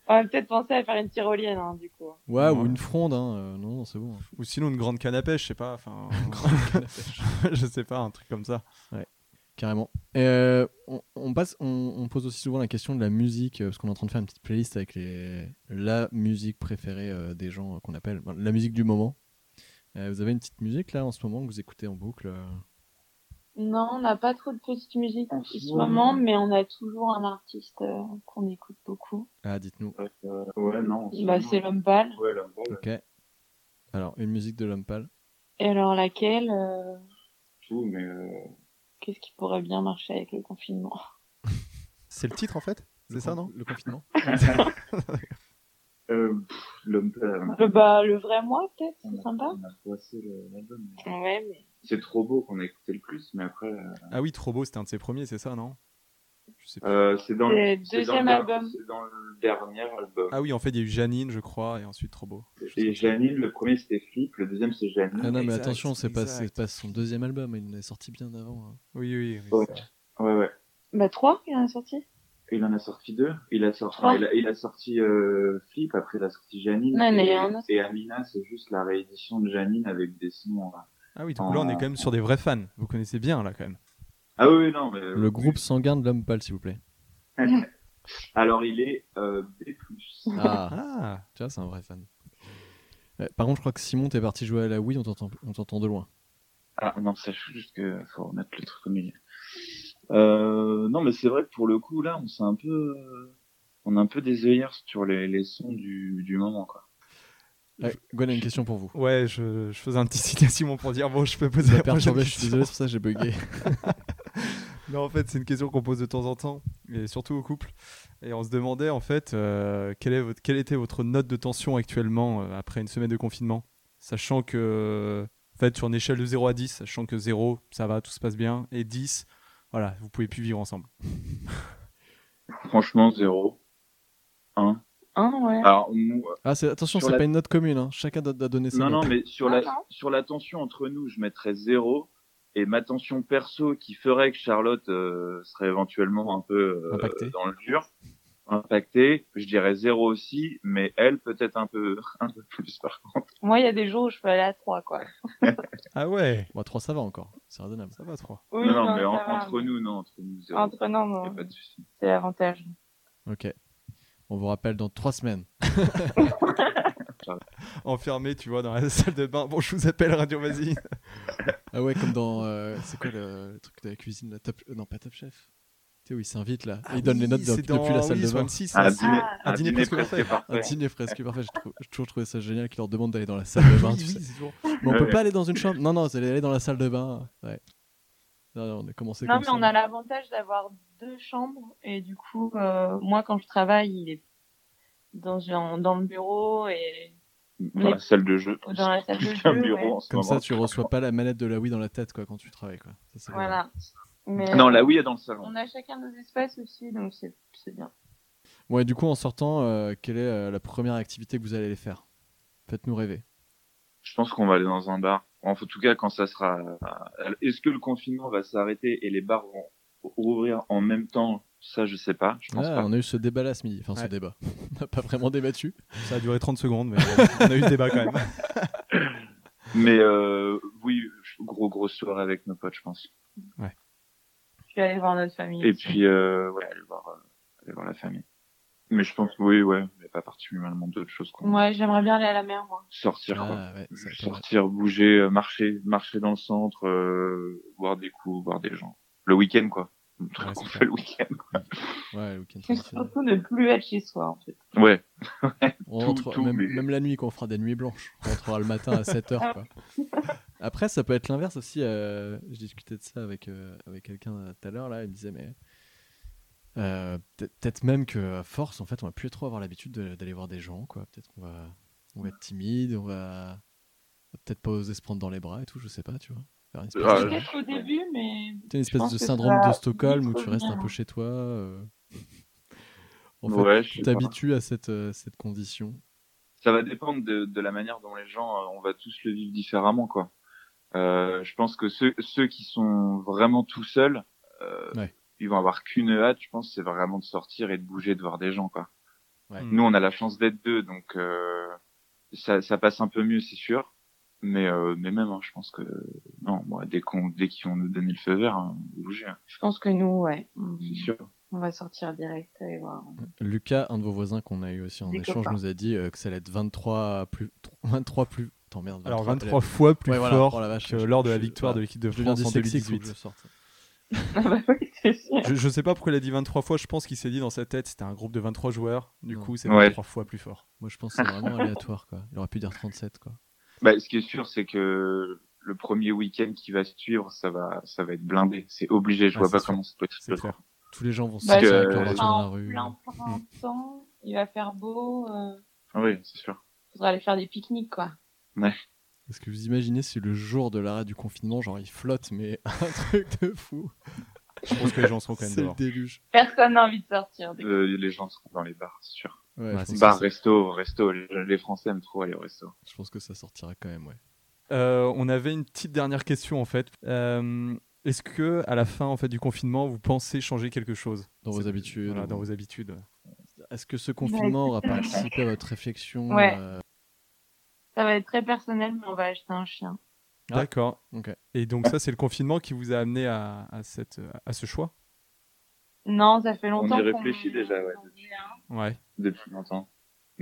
Speaker 4: On va peut-être penser à faire une tyrolienne, hein, du coup.
Speaker 1: Ouais, ou
Speaker 3: Ouais.
Speaker 1: une fronde, hein. euh, non, non, c'est bon.
Speaker 3: Ou sinon une grande canne à pêche, je sais pas. Enfin, je sais pas, un truc comme ça.
Speaker 1: Carrément. Euh, on, on passe, on, on pose aussi souvent la question de la musique, euh, parce qu'on est en train de faire une petite playlist avec les, la musique préférée euh, des gens euh, qu'on appelle ben, la musique du moment. Euh, vous avez une petite musique là en ce moment que vous écoutez en boucle euh,
Speaker 4: Non, on n'a pas trop de petites musiques en
Speaker 2: En
Speaker 4: ce
Speaker 2: ce
Speaker 4: moment, mais on a toujours un artiste euh, qu'on écoute beaucoup.
Speaker 1: Ah, dites-nous.
Speaker 2: Euh, ouais, non.
Speaker 4: Bah, c'est l'homme pâle.
Speaker 2: Ouais, là, bon, là,
Speaker 1: Ok. Alors, une musique de l'homme pâle.
Speaker 4: Et alors laquelle euh,
Speaker 2: tout, mais euh,
Speaker 4: Qu'est-ce qui pourrait bien marcher avec le confinement
Speaker 3: C'est le titre en fait C'est ça, non
Speaker 1: Le confinement
Speaker 2: euh, pff, l'homme pâle,
Speaker 4: le, Bah, le vrai moi, peut-être,
Speaker 2: on
Speaker 4: c'est
Speaker 2: a-
Speaker 4: sympa.
Speaker 2: on a froissé le- l'album. mais
Speaker 4: Ouais, mais
Speaker 2: C'est trop beau qu'on a écouté le plus, mais après, euh,
Speaker 3: Ah oui, Trop beau, c'était un de ses premiers, c'est ça, non Je sais pas.
Speaker 2: euh, c'est dans
Speaker 4: C'est le
Speaker 2: c'est
Speaker 4: deuxième
Speaker 2: dans le-
Speaker 4: album.
Speaker 2: C'est dans le dernier album.
Speaker 3: Ah oui, en fait, il y a eu Janine, je crois, et ensuite Trop beau.
Speaker 2: Et Janine, le premier c'était Flip, le deuxième c'est Janine.
Speaker 1: Ah non, mais
Speaker 3: Exact,
Speaker 1: attention, c'est pas, c'est
Speaker 3: exact.
Speaker 1: pas son deuxième album, il en est sorti bien avant. hein.
Speaker 3: Oui, oui, oui.
Speaker 2: Ouais. Ouais, ouais.
Speaker 4: bah trois, il en a sorti.
Speaker 2: Il en a sorti deux. Il a sorti,
Speaker 4: Trois.
Speaker 2: il a, il a sorti euh, Flip, après il a sorti Janine.
Speaker 4: Non, mais il y
Speaker 2: et,
Speaker 4: en a un autre.
Speaker 2: et Amina, c'est juste la réédition de Janine avec des sons. euh.
Speaker 3: Ah oui, donc là, on est quand même sur des vrais fans. Vous connaissez bien, là, quand même.
Speaker 2: Ah oui, oui, non, mais.
Speaker 1: Le groupe sanguin de l'homme pâle, s'il vous plaît.
Speaker 2: Alors il est euh, B+.
Speaker 1: Ah,
Speaker 3: Ah
Speaker 1: tu vois, c'est un vrai fan. Ouais, par contre, je crois que Simon, t'es parti jouer à la Wii, on t'entend on t'entend de loin.
Speaker 2: Ah non, c'est juste que faut remettre le truc au milieu. Euh, non, mais c'est vrai que pour le coup, là, on s'est un peu, euh, on a un peu des œillères sur les, les sons du, du moment, quoi.
Speaker 1: Ouais, Eh, Gwen a une question pour vous.
Speaker 3: Ouais, je, je faisais un petit signe à Simon pour dire bon, je peux poser
Speaker 1: Ça
Speaker 3: la
Speaker 1: m'a
Speaker 3: prochaine
Speaker 1: perturbé, je suis
Speaker 3: question.
Speaker 1: désolé, c'est pour ça que j'ai bugué.
Speaker 3: Non, en fait, c'est une question qu'on pose de temps en temps, et surtout au couple. Et on se demandait, en fait, euh, quelle, est votre, quelle était votre note de tension actuellement euh, après une semaine de confinement Sachant que, euh, en fait, sur une échelle de 0 à 10, sachant que 0, ça va, tout se passe bien, et 10, voilà, vous pouvez plus vivre ensemble.
Speaker 2: Franchement, zéro. Un.
Speaker 4: Hein, ouais.
Speaker 2: Alors, nous,
Speaker 1: Ah, c'est- attention,
Speaker 2: Sur
Speaker 1: c'est
Speaker 2: la-
Speaker 1: pas une note commune, hein. chacun doit, doit donner sa
Speaker 2: Non,
Speaker 1: note.
Speaker 2: non, mais sur,
Speaker 4: Ah,
Speaker 2: la,
Speaker 4: non.
Speaker 2: sur la tension entre nous, je mettrais zéro. Et ma tension perso qui ferait que Charlotte euh, serait éventuellement un peu euh,
Speaker 3: Impactée.
Speaker 2: dans le dur, impactée, je dirais zéro aussi, mais elle peut-être un peu, un peu plus par contre.
Speaker 4: Moi, il y a des jours où je peux aller à trois, quoi.
Speaker 3: Ah ouais
Speaker 1: Bon, 3 ça va encore, c'est raisonnable.
Speaker 3: Ça va, 3.
Speaker 4: Oui,
Speaker 2: non, non, mais
Speaker 4: ça
Speaker 2: en-
Speaker 4: va,
Speaker 2: entre nous, non, entre nous, zéro.
Speaker 4: Entre non,
Speaker 2: Y a
Speaker 4: non,
Speaker 2: pas de souci.
Speaker 4: c'est l'avantage.
Speaker 1: Ok. On vous rappelle dans 3 semaines.
Speaker 3: Enfermé, tu vois, dans la salle de bain. Bon, je vous appelle, Radio Vas-y.
Speaker 1: Ah ouais, comme dans. euh, c'est quoi le, le truc de la cuisine la top, euh, Non, pas Top Chef. Tu sais, où il s'invite là. et il donne les notes
Speaker 3: C'est
Speaker 1: de-
Speaker 3: dans-
Speaker 1: depuis la salle
Speaker 3: Ah oui,
Speaker 1: de
Speaker 3: sur
Speaker 1: bain.
Speaker 3: M6,
Speaker 2: Ah,
Speaker 3: là.
Speaker 2: un dîner,
Speaker 3: un dîner presque parfait.
Speaker 1: Un
Speaker 2: parfait.
Speaker 1: dîner presque parfait. J'ai trou- j'ai toujours trouvé ça génial qu'ils leur demandent d'aller dans la salle de bain.
Speaker 3: Oui,
Speaker 1: tu
Speaker 3: oui,
Speaker 1: sais.
Speaker 3: c'est toujours-
Speaker 1: Mais on peut
Speaker 2: Ouais.
Speaker 1: pas aller dans une chambre. Non, non, vous allez aller dans la salle de bain. Ouais. Non, non, on a commencé
Speaker 4: Non,
Speaker 1: comme
Speaker 4: mais
Speaker 1: ça.
Speaker 4: on a l'avantage d'avoir deux chambres et du coup, euh, moi, quand je travaille, il est dans, un- dans le bureau et
Speaker 2: Dans la salle de jeu.
Speaker 4: ou dans la salle de
Speaker 2: Un
Speaker 4: jeu.
Speaker 2: bureau
Speaker 4: ouais.
Speaker 2: en ce
Speaker 1: Comme
Speaker 2: moment.
Speaker 1: ça, tu reçois pas la manette de la Wii dans la tête quoi, quand tu travailles. Quoi. Ça, c'est-
Speaker 4: Voilà. Mais
Speaker 2: Non, là, oui, elle est dans le salon.
Speaker 4: on a chacun nos espaces aussi, donc c'est c'est bien.
Speaker 1: Bon, et du coup, en sortant, euh, quelle est euh, la première activité que vous allez aller faire Faites-nous rêver.
Speaker 2: Je pense qu'on va aller dans un bar. En tout cas, quand ça sera. Est-ce que le confinement va s'arrêter et les bars vont rouvrir en même temps Ça, je sais pas. Je pense
Speaker 1: Ah,
Speaker 2: pas.
Speaker 1: on a eu ce débat là ce midi. Enfin, ce
Speaker 3: Ouais.
Speaker 1: débat. On n'a pas vraiment débattu.
Speaker 3: Ça a duré 30 secondes, mais on a eu ce débat quand même.
Speaker 2: Mais euh, oui, je- gros gros soirée avec nos potes, je pense.
Speaker 4: Je vais aller voir notre famille.
Speaker 2: Et puis euh, ouais, aller voir, euh, aller voir la famille. Mais je pense oui, ouais, mais pas particulièrement d'autres choses. Quoi.
Speaker 4: Moi, j'aimerais bien aller à la mer, moi.
Speaker 2: Sortir, quoi.
Speaker 1: Ah, ouais, ça,
Speaker 2: Juste
Speaker 1: pas mal.
Speaker 2: sortir, bouger, euh, marcher, marcher dans le centre, euh, boire des coups, voir des gens. Le week-end, quoi. Un truc
Speaker 3: Ouais, c'est
Speaker 2: qu'on
Speaker 3: clair.
Speaker 2: fait le week-end.
Speaker 1: Ouais, le week-end
Speaker 4: Et
Speaker 1: traditionnel.
Speaker 4: surtout ne plus être chez soi, en fait.
Speaker 2: Ouais.
Speaker 1: On
Speaker 2: Tout-
Speaker 1: rentre,
Speaker 2: tout,
Speaker 1: même,
Speaker 2: mais-
Speaker 1: même la nuit, quand on fera des nuits blanches, on rentrera le matin à
Speaker 4: Ah.
Speaker 1: 7h. Quoi. Après, ça peut être l'inverse aussi. euh, je discutais de ça avec, euh, avec quelqu'un euh, tout à l'heure. là, Il me disait, mais euh, peut- peut-être même que à force, en fait, on va plus trop avoir l'habitude de- d'aller voir des gens. quoi. Peut-être qu'on va, on va être timide, on va, on va peut-être pas oser se prendre dans les bras et tout. Je sais pas, tu vois. Faire une espèce,
Speaker 2: Ah,
Speaker 1: de-
Speaker 2: ouais.
Speaker 4: Peut-être au début, mais
Speaker 1: t'as une espèce
Speaker 4: pense
Speaker 1: de
Speaker 4: que ça
Speaker 1: syndrome
Speaker 4: va
Speaker 1: de Stockholm où
Speaker 4: vite
Speaker 1: tu restes un
Speaker 4: revenir.
Speaker 1: peu chez toi. euh. En fait,
Speaker 2: ouais, je
Speaker 1: tu
Speaker 2: sais pas.
Speaker 1: t'habitues à cette, euh, cette condition.
Speaker 2: Ça va dépendre de, de la manière dont les gens, euh, on va tous le vivre différemment, quoi. Euh, je pense que ceux, ceux qui sont vraiment tout seuls, euh,
Speaker 1: Ouais.
Speaker 2: ils vont avoir qu'une hâte, je pense, c'est vraiment de sortir et de bouger, de voir des gens, quoi.
Speaker 1: Ouais.
Speaker 2: Nous, on a la chance d'être deux, donc euh, ça, ça passe un peu mieux, c'est sûr. Mais, euh, mais même, hein, je pense que non, moi, dès qu'on, dès qu'ils vont nous donner le feu vert, hein, bouger, hein,
Speaker 4: je pense que nous, ouais, on-
Speaker 2: c'est sûr.
Speaker 4: on va sortir direct aller voir.
Speaker 1: Lucas, un de vos voisins qu'on a eu aussi en
Speaker 4: Des
Speaker 1: échange,
Speaker 4: copains.
Speaker 1: nous a dit euh, que ça allait être 23 plus, 23 plus, t'emmerdes.
Speaker 3: Alors
Speaker 1: 23
Speaker 3: 23 fois plus
Speaker 1: Ouais, voilà,
Speaker 3: fort
Speaker 1: oh la vache,
Speaker 3: que
Speaker 1: je-
Speaker 3: lors de
Speaker 1: je-
Speaker 3: la victoire
Speaker 1: voilà.
Speaker 3: de l'équipe de
Speaker 1: je deviens
Speaker 3: France en
Speaker 1: dyslexique, faut que
Speaker 3: 2018.
Speaker 1: je sorte.
Speaker 4: Ah bah oui, c'est sûr.
Speaker 3: Je, je sais pas pourquoi il a dit 23 fois, je pense qu'il s'est dit dans sa tête, c'était un groupe de 23 joueurs, du
Speaker 1: Non.
Speaker 3: coup c'est
Speaker 2: Ouais.
Speaker 3: 23 fois plus fort.
Speaker 1: Moi, je pense que c'est vraiment aléatoire, quoi. Il aurait pu dire 37, quoi.
Speaker 2: Bah, ce qui est sûr, c'est que le premier week-end qui va suivre, ça va, ça va être blindé. C'est obligé. Je
Speaker 3: Ah,
Speaker 2: vois
Speaker 3: c'est
Speaker 2: pas
Speaker 3: sûr.
Speaker 2: comment ça peut
Speaker 3: C'est
Speaker 2: être.
Speaker 3: clair.
Speaker 1: Tous les gens vont se
Speaker 4: Bah,
Speaker 1: sortir
Speaker 2: que-
Speaker 1: avec leur voiture dans la
Speaker 4: En
Speaker 1: rue.
Speaker 4: plein printemps, il va faire beau, euh,
Speaker 2: Ah oui, c'est sûr.
Speaker 4: faudra aller faire des pique-niques, quoi.
Speaker 1: Est-ce que vous imaginez si le jour de l'arrêt du confinement, genre, il flotte, mais un truc de fou
Speaker 3: Je pense que les gens seront quand même
Speaker 1: C'est le
Speaker 3: dehors.
Speaker 1: déluge.
Speaker 4: Personne n'a envie de sortir. du coup.
Speaker 2: Euh, les gens seront dans les bars, c'est sûr.
Speaker 1: Ouais,
Speaker 3: Ouais,
Speaker 1: je,
Speaker 3: c'est
Speaker 1: pense
Speaker 2: Bars,
Speaker 1: que ça,
Speaker 2: resto, resto. Les les Français aiment trop aller au resto.
Speaker 1: je pense que ça sortira quand même, ouais.
Speaker 3: Euh, on avait une petite dernière question en fait. Euh, Est-ce que à la fin en fait du confinement, vous pensez changer quelque chose
Speaker 1: Dans vos
Speaker 3: C'est-
Speaker 1: habitudes.
Speaker 3: voilà,
Speaker 1: ou-
Speaker 3: dans vos habitudes.
Speaker 1: Est-ce que ce confinement aura participé à votre réflexion
Speaker 4: Ouais.
Speaker 1: euh,
Speaker 4: Ça va être très personnel, mais on va acheter un chien.
Speaker 1: Ah.
Speaker 3: D'accord.
Speaker 1: Ok.
Speaker 3: Et donc ça, c'est le confinement qui vous a amené à, à cette, à ce choix.
Speaker 4: Non, ça fait longtemps. qu'on-
Speaker 2: réfléchit déjà, ouais.
Speaker 4: qu'on voulait un.
Speaker 3: Ouais.
Speaker 2: depuis longtemps.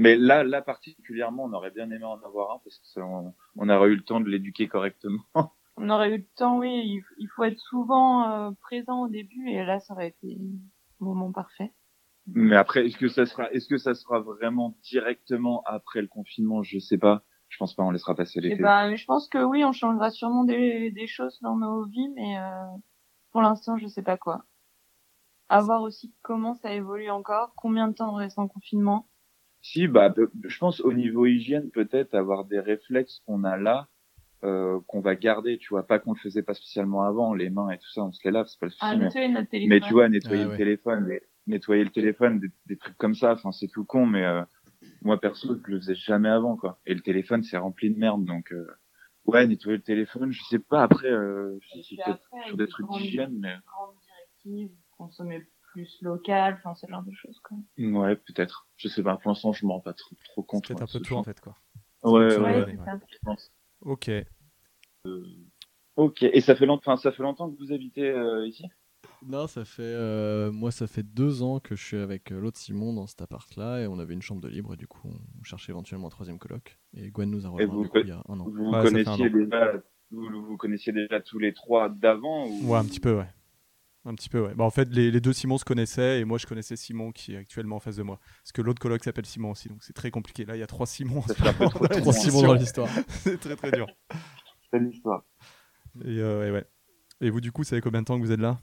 Speaker 2: Mais là, là particulièrement, on aurait bien aimé en avoir un parce que ça, on, on aurait eu le temps de l'éduquer correctement.
Speaker 4: On aurait eu le temps, oui. Il, il faut être souvent euh, présent au début, et là, ça aurait été le moment parfait.
Speaker 2: Mais après, est-ce que ça sera, est-ce que ça sera vraiment directement après le confinement Je sais pas. Je pense pas. On laissera passer
Speaker 4: Et
Speaker 2: l'été.
Speaker 4: ben, je pense que oui, on changera sûrement des, des choses dans nos vies, mais euh, pour l'instant, je sais pas quoi. À voir aussi comment ça évolue encore, combien de temps on reste en confinement.
Speaker 2: Si, bah, peu- je pense au niveau hygiène peut-être avoir des réflexes qu'on a là, euh, qu'on va garder. Tu vois, pas qu'on le faisait pas spécialement avant, les mains et tout ça, on se les lave, c'est pas le souci.
Speaker 4: Ah,
Speaker 2: mais-
Speaker 4: nettoyer notre téléphone.
Speaker 2: mais tu vois nettoyer
Speaker 1: Ah
Speaker 2: le
Speaker 1: ouais.
Speaker 2: téléphone mais- nettoyer le téléphone des, des trucs comme ça enfin c'est tout con mais euh, moi perso je le faisais jamais avant quoi et le téléphone c'est rempli de merde donc euh, ouais nettoyer le téléphone je sais pas après euh, si-
Speaker 4: Et
Speaker 2: si
Speaker 4: puis
Speaker 2: peut-être
Speaker 4: après,
Speaker 2: sur
Speaker 4: il y a
Speaker 2: des trucs
Speaker 4: grandes-
Speaker 2: d'hygiène
Speaker 4: grandes directives, consommer plus local, enfin, ce genre de choses, quoi.
Speaker 2: mais ouais peut-être je sais pas pour l'instant je m'en rends pas trop trop
Speaker 3: C'est
Speaker 2: compte
Speaker 3: peut-être
Speaker 2: ouais,
Speaker 3: un peu
Speaker 2: ce
Speaker 3: tout en
Speaker 2: genre.
Speaker 3: fait quoi.
Speaker 2: ouais, ouais,
Speaker 3: Ouais.
Speaker 2: ouais,
Speaker 4: c'est
Speaker 3: ouais.
Speaker 4: ça.
Speaker 2: je pense.
Speaker 3: Ok.
Speaker 2: ok et ça fait longtemps ça fait longtemps que vous habitez euh, ici
Speaker 1: Non, ça fait. euh, moi, ça fait deux ans que je suis avec euh, l'autre Simon dans cet appart-là et on avait une chambre de libre et du coup, on cherchait éventuellement un troisième coloc. Et Gwen nous a rejoint
Speaker 2: vous
Speaker 1: du coup,
Speaker 2: conna-
Speaker 1: il y a un an.
Speaker 2: vous
Speaker 3: Ouais, ça fait un
Speaker 2: connaissiez
Speaker 3: an.
Speaker 2: déjà vous, vous connaissiez déjà tous les trois d'avant ou
Speaker 3: Ouais, un petit peu ouais. Un petit peu ouais. Bah, en fait, les, les deux Simons se connaissaient et moi je connaissais Simon qui est actuellement en face de moi. Parce que l'autre coloc s'appelle Simon aussi, donc c'est très compliqué. Là, il y a trois Simons.
Speaker 2: ça fait un peu trop de
Speaker 1: Trois
Speaker 2: monde.
Speaker 1: Simon dans l'histoire.
Speaker 3: c'est très très dur.
Speaker 2: C'est l'histoire.
Speaker 3: Et, euh, ouais, ouais. et vous du coup, ça fait combien de temps que vous êtes là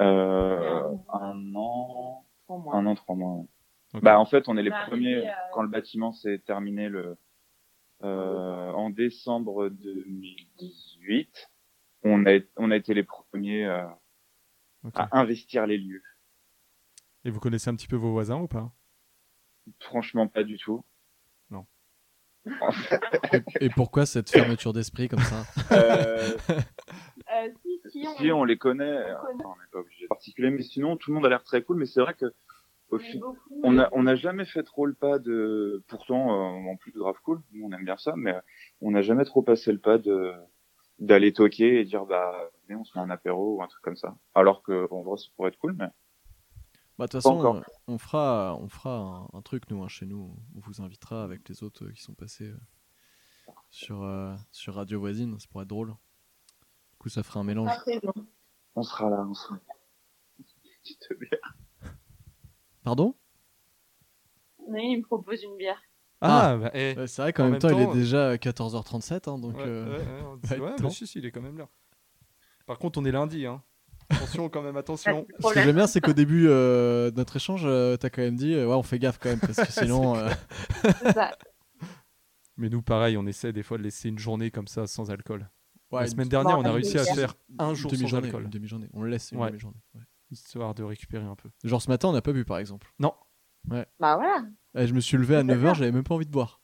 Speaker 2: Euh, un an,
Speaker 4: Pour moi.
Speaker 2: un an, trois mois. ouais.
Speaker 3: Ok.
Speaker 2: Bah, en fait, on est les
Speaker 4: On euh, a
Speaker 2: premiers euh,
Speaker 4: arrivé à-
Speaker 2: quand le bâtiment s'est terminé le, euh, en décembre 2018. On a, on a été les premiers euh,
Speaker 3: Ok.
Speaker 2: à investir les lieux.
Speaker 3: Et vous connaissez un petit peu vos voisins ou pas
Speaker 2: Franchement, pas du tout.
Speaker 3: Non.
Speaker 1: Et pourquoi cette fermeture d'esprit comme ça
Speaker 2: Euh,
Speaker 4: Euh, si, si, on,
Speaker 2: si on les connaît,
Speaker 4: On connaît.
Speaker 2: enfin, on n'est pas obligé de particulier, mais sinon, tout le monde a l'air très cool. Mais c'est vrai que au
Speaker 4: on est
Speaker 2: fi-
Speaker 4: beaucoup,
Speaker 2: On
Speaker 4: mais-
Speaker 2: a, on a jamais fait trop le pas de, pourtant, euh, en plus de grave cool, nous on aime bien ça, mais euh, on n'a jamais trop passé le pas de, d'aller toquer et dire, bah, venez, on se met un apéro ou un truc comme ça. Alors que, en vrai, ça pourrait être cool, mais.
Speaker 1: Bah, de toute
Speaker 2: Pas
Speaker 1: façon,
Speaker 2: encore.
Speaker 1: euh, on fera, on fera un, un truc, nous, hein, chez nous. On vous invitera avec les autres euh, qui sont passés euh, sur, euh, sur Radio Voisine. Ça pourrait être drôle. Du coup, ça fera un mélange.
Speaker 4: Ah, c'est bon.
Speaker 2: On sera là, on sera là. Tu te mets-
Speaker 1: Pardon
Speaker 4: Oui, il me propose une bière.
Speaker 1: Ah,
Speaker 3: bah, eh.
Speaker 1: Ouais, C'est vrai qu'en
Speaker 3: En
Speaker 1: même,
Speaker 3: même
Speaker 1: temps, il
Speaker 3: temps,
Speaker 1: est déjà euh, 14h37. hein, donc,
Speaker 3: Ouais,
Speaker 1: euh,
Speaker 3: ouais, ouais, on dit-
Speaker 1: va être
Speaker 3: ouais, mais
Speaker 1: temps.
Speaker 3: si, si, il est quand même là. Par contre, on est lundi, hein. Attention, quand même, attention.
Speaker 1: Ce que j'aime bien, c'est qu'au début euh, de notre échange, euh, t'as quand même dit euh, ouais, on fait gaffe quand même, parce que sinon. euh,
Speaker 4: C'est ça.
Speaker 3: Mais nous, pareil, on essaie des fois de laisser une journée comme ça sans alcool.
Speaker 1: ouais,
Speaker 3: La
Speaker 1: une-
Speaker 3: semaine dernière, on a
Speaker 4: Bon,
Speaker 3: réussi à
Speaker 4: allez,
Speaker 3: faire un jour
Speaker 1: une
Speaker 3: sans
Speaker 1: demi-journée,
Speaker 3: alcool,
Speaker 1: Une demi-journée. On le laisse une
Speaker 3: Ouais.
Speaker 1: demi-journée. ouais.
Speaker 3: histoire de récupérer un peu.
Speaker 1: Genre ce matin, on n'a pas bu par exemple.
Speaker 4: Bah voilà.
Speaker 1: Eh, je me suis levé à 9h, j'avais même pas envie de boire.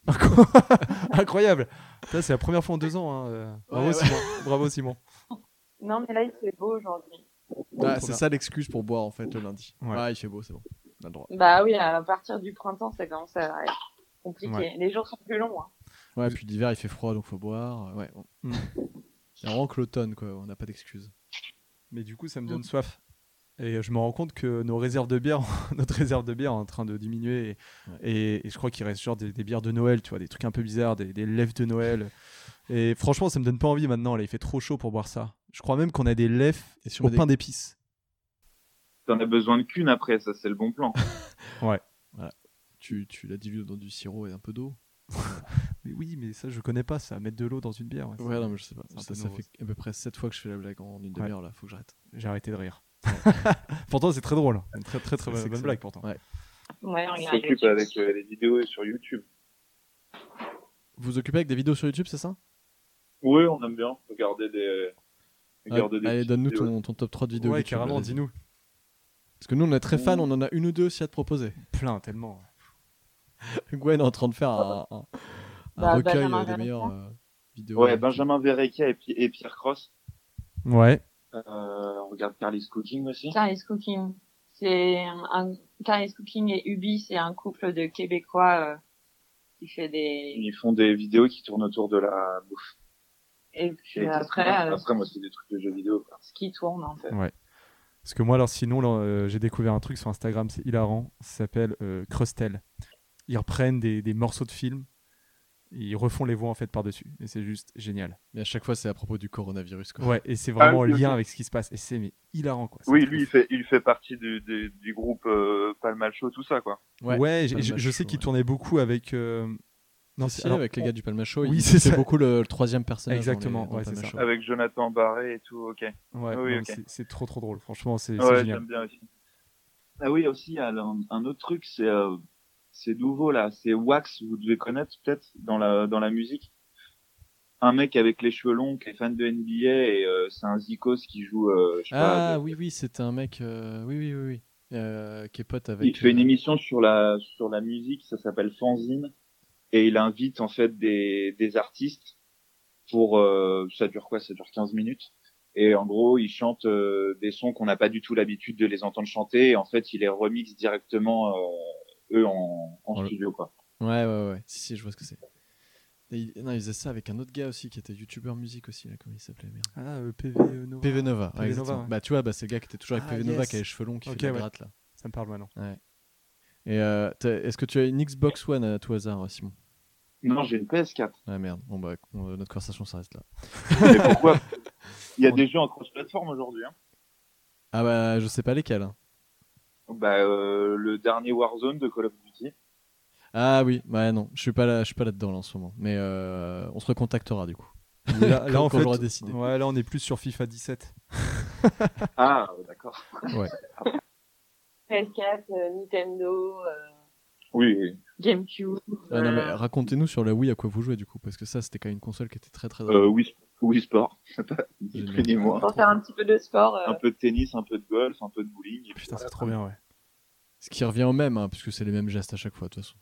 Speaker 3: Incroyable Ça, c'est la première fois en deux ans. hein, euh. Bravo,
Speaker 1: Ouais, ouais.
Speaker 3: Simon. Bravo, Simon.
Speaker 4: Non, mais là, il fait beau aujourd'hui.
Speaker 1: Ah,
Speaker 3: Oh, trop
Speaker 1: c'est
Speaker 3: bien.
Speaker 1: ça l'excuse pour boire en fait le lundi.
Speaker 3: Ouais.
Speaker 1: Ah, il fait beau, c'est bon. On a le droit.
Speaker 4: Bah oui, à partir du printemps, ça commence à être compliqué.
Speaker 3: Ouais.
Speaker 4: Les jours sont plus longs. hein.
Speaker 1: Ouais, puis l'hiver il fait froid donc faut boire. euh, Ouais. on-
Speaker 3: Mm.
Speaker 1: Il y a vraiment que l'automne quoi, on n'a pas d'excuse. Mm.
Speaker 3: Mais du coup, ça me donne soif. Et je me rends compte que nos réserves de bière, notre réserve de bière est en train de diminuer. Et,
Speaker 1: Ouais.
Speaker 3: et- et je crois qu'il reste genre des, des bières de Noël, tu vois, des trucs un peu bizarres, des, des lèvres de Noël. Et franchement, ça me donne pas envie maintenant. Là, il fait trop chaud pour boire ça. Je crois même qu'on a des lèvres
Speaker 1: Et sur
Speaker 3: au
Speaker 1: des-
Speaker 3: pain d'épices.
Speaker 2: T'en as besoin de qu'une après, ça c'est le bon plan.
Speaker 1: Tu, tu la dilues dans du sirop et un peu d'eau.
Speaker 3: Mais oui, mais ça, je connais pas ça. Mettre de l'eau dans une bière. ouais, ça-
Speaker 1: Ouais, non, mais je sais pas.
Speaker 3: c'est un
Speaker 1: Ça,
Speaker 3: peu
Speaker 1: ça
Speaker 3: nouveau,
Speaker 1: fait à peu près 7 fois que je fais la blague en une
Speaker 3: Ouais.
Speaker 1: demi-heure là, faut que j'arrête.
Speaker 3: J'ai arrêté de rire. pourtant, c'est très drôle. Une très très très
Speaker 1: C'est
Speaker 3: bonne, bonne
Speaker 1: excellent.
Speaker 3: blague pourtant.
Speaker 4: Ouais,
Speaker 2: On
Speaker 4: regarde.
Speaker 2: s'occupe avec euh, les vidéos sur YouTube.
Speaker 1: Vous vous occupez avec des vidéos sur YouTube, c'est ça
Speaker 2: Ouais, on aime bien regarder des. Regarder
Speaker 1: Ouais,
Speaker 2: des
Speaker 1: Allez,
Speaker 2: petites
Speaker 1: donne-nous
Speaker 2: vidéos.
Speaker 1: ton, ton top 3 de vidéos.
Speaker 3: Ouais,
Speaker 1: YouTube,
Speaker 3: carrément,
Speaker 1: vas-y.
Speaker 3: dis-nous.
Speaker 1: Parce que nous, on est très fans,
Speaker 2: Ouh.
Speaker 1: on en a une ou deux aussi à te proposer.
Speaker 3: Plein, tellement.
Speaker 1: Gwen est en train de faire
Speaker 2: Ah
Speaker 1: un, un- un
Speaker 4: Bah,
Speaker 1: recueil
Speaker 4: Benjamin
Speaker 1: euh, des
Speaker 4: Verret.
Speaker 1: meilleures euh, vidéos.
Speaker 2: Ouais, Benjamin Verrecchia et, Pi- et Pierre Cross.
Speaker 3: Ouais.
Speaker 2: Euh, on regarde Carly's Cooking aussi.
Speaker 4: Carly's Cooking. C'est un, Carly's Cooking et Ubi, c'est un couple de Québécois euh, qui fait des,
Speaker 2: Ils font des vidéos qui tournent autour de la bouffe.
Speaker 4: et puis
Speaker 2: Et
Speaker 4: après, euh,
Speaker 2: après moi c'est des trucs de jeux vidéo. quoi.
Speaker 4: ce qui tourne, en fait.
Speaker 3: Parce que moi, alors sinon, là, euh, j'ai découvert un truc sur Instagram, c'est hilarant, ça s'appelle euh, Crustel. Ils reprennent des, des morceaux de films, ils refont les voix en fait par-dessus, et c'est juste génial.
Speaker 1: Mais à chaque fois, c'est à propos du coronavirus. Quoi.
Speaker 3: Ouais, et c'est vraiment en
Speaker 2: Ah oui, ok.
Speaker 3: lien avec ce qui se passe, et c'est mais hilarant quoi. C'est
Speaker 2: Oui,
Speaker 3: un truc
Speaker 2: lui
Speaker 3: de
Speaker 2: il fait il fait partie du, du, du groupe euh, Palmal Show, tout ça quoi.
Speaker 3: fou. Ouais, j'ai-
Speaker 1: Palma
Speaker 3: je, je sais
Speaker 1: Show,
Speaker 3: qu'il
Speaker 1: ouais.
Speaker 3: tournait beaucoup avec. euh, Non,
Speaker 1: Si,
Speaker 3: c'est- alors,
Speaker 1: avec les gars du Palma Show,
Speaker 3: Oui,
Speaker 1: il-
Speaker 3: c'est
Speaker 1: c'est
Speaker 3: ça.
Speaker 1: beaucoup le, le troisième personnage. dans les-
Speaker 3: Exactement,
Speaker 1: dans le
Speaker 3: ouais,
Speaker 1: Palma
Speaker 3: c'est ça.
Speaker 1: Show.
Speaker 2: Avec Jonathan Barré et tout, ok.
Speaker 3: ouais,
Speaker 2: Ah Oui,
Speaker 3: non,
Speaker 2: ok.
Speaker 3: c'est- c'est trop trop drôle, franchement, c'est c'est
Speaker 2: Ouais,
Speaker 3: génial.
Speaker 2: j'aime bien aussi. Ah oui, aussi, il y a un, un autre truc, c'est euh, c'est nouveau là, c'est Wax, vous devez connaître peut-être dans la dans la musique. Un mec avec les cheveux longs qui est fan de NBA et euh, c'est un Zikos qui joue. euh, je sais pas,
Speaker 1: Ah
Speaker 2: de-
Speaker 1: oui, oui, c'était un mec. euh, oui, oui, oui, oui. euh, qui est pote avec.
Speaker 2: Il fait une
Speaker 1: euh,
Speaker 2: émission sur la sur la musique, ça s'appelle Fanzine, et il invite en fait des des artistes pour euh, ça dure quoi Ça dure 15 minutes. Et en gros, il chante euh, des sons qu'on n'a pas du tout l'habitude de les entendre chanter. Et en fait, il les remixe directement euh, eux en, en
Speaker 1: Oh là.
Speaker 2: studio quoi.
Speaker 1: Ouais, ouais, ouais. Si, si, je vois ce que c'est. Et il- Non, il faisait ça avec un autre gars aussi qui était youtubeur musique aussi, là, comment il s'appelait merde.
Speaker 3: Ah, euh, PV euh, Nova.
Speaker 1: PV Nova, ouais,
Speaker 3: PV Nova,
Speaker 1: exactement.
Speaker 3: ouais.
Speaker 1: Bah, tu vois, bah, c'est le gars qui était toujours avec
Speaker 3: Ah,
Speaker 1: PV Nova
Speaker 3: yes.
Speaker 1: qui a les cheveux longs, qui
Speaker 3: Ok,
Speaker 1: fait la
Speaker 3: ouais.
Speaker 1: gratte, là.
Speaker 3: Ça me parle maintenant.
Speaker 1: Et euh, t'as- est-ce que tu as une Xbox One à tout hasard, euh, Simon
Speaker 2: Non, j'ai une PS4.
Speaker 1: Ah merde, bon bah, on- notre conversation s'arrête là.
Speaker 2: Mais pourquoi Il y a des jeux en cross-platform aujourd'hui. Hein.
Speaker 1: Ah bah, je sais pas lesquels. hein.
Speaker 2: Bah, euh, le dernier Warzone de Call of Duty.
Speaker 1: Ah oui, bah non, je suis pas là, je suis pas là-dedans là, en ce moment. Mais euh, on se recontactera du coup.
Speaker 3: Mais Là, là,
Speaker 1: Quand-
Speaker 3: en
Speaker 1: quand
Speaker 3: fait,
Speaker 1: j'aurai décidé.
Speaker 3: ouais, là on est plus sur FIFA 17.
Speaker 2: Ah, d'accord.
Speaker 4: PS4, euh, Nintendo, euh,
Speaker 2: Oui.
Speaker 4: GameCube.
Speaker 1: Ah, non, mais
Speaker 4: euh,
Speaker 1: racontez-nous sur la Wii à quoi vous jouez du coup, parce que ça c'était quand même une console qui était très très.
Speaker 2: Euh, oui, oui, sport. Ni
Speaker 1: Génial.
Speaker 2: plus ni moins.
Speaker 4: Pour faire un petit peu de sport. euh,
Speaker 2: un peu de tennis, un peu de golf, un peu de bowling. et puis
Speaker 3: Putain, c'est
Speaker 2: voilà.
Speaker 3: trop bien, ouais.
Speaker 1: Ce qui revient au même, hein, puisque c'est les mêmes gestes à chaque fois de toute façon.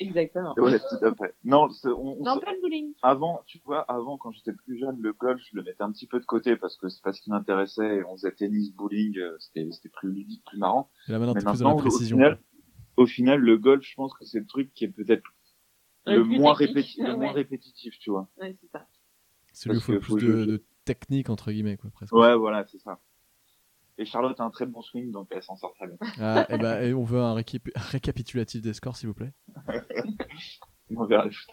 Speaker 4: Exactement.
Speaker 2: Ouais, tout à fait. Non, c'est- on- on
Speaker 4: Non,
Speaker 2: se-
Speaker 4: pas le bowling.
Speaker 2: avant, tu vois, avant, quand j'étais plus jeune, le golf, je le mettais un petit peu de côté parce que c'est pas ce qui m'intéressait. On faisait tennis, bowling, euh, c'était c'était plus ludique, plus marrant.
Speaker 1: Et là maintenant
Speaker 2: Mais
Speaker 1: t'es plus dans la
Speaker 2: maintenant, au
Speaker 1: précision.
Speaker 2: final,
Speaker 1: quoi.
Speaker 2: au final, le golf, je pense que c'est le truc qui est peut-être le,
Speaker 4: Le plus
Speaker 2: moins
Speaker 4: technique,
Speaker 2: répéti- le
Speaker 4: ouais.
Speaker 2: moins répétitif, tu vois.
Speaker 4: Ouais, c'est ça.
Speaker 1: Celui où il
Speaker 2: parce
Speaker 1: faut le
Speaker 2: que
Speaker 1: plus
Speaker 2: faut
Speaker 1: de,
Speaker 2: jouer.
Speaker 1: de technique entre guillemets quoi presque.
Speaker 2: Ouais, voilà, c'est ça. Et Charlotte a un très bon swing, donc elle s'en sort très bien.
Speaker 1: Ah, et bah, et on veut un récap- récapitulatif des scores s'il vous plaît.
Speaker 2: On verra le foot.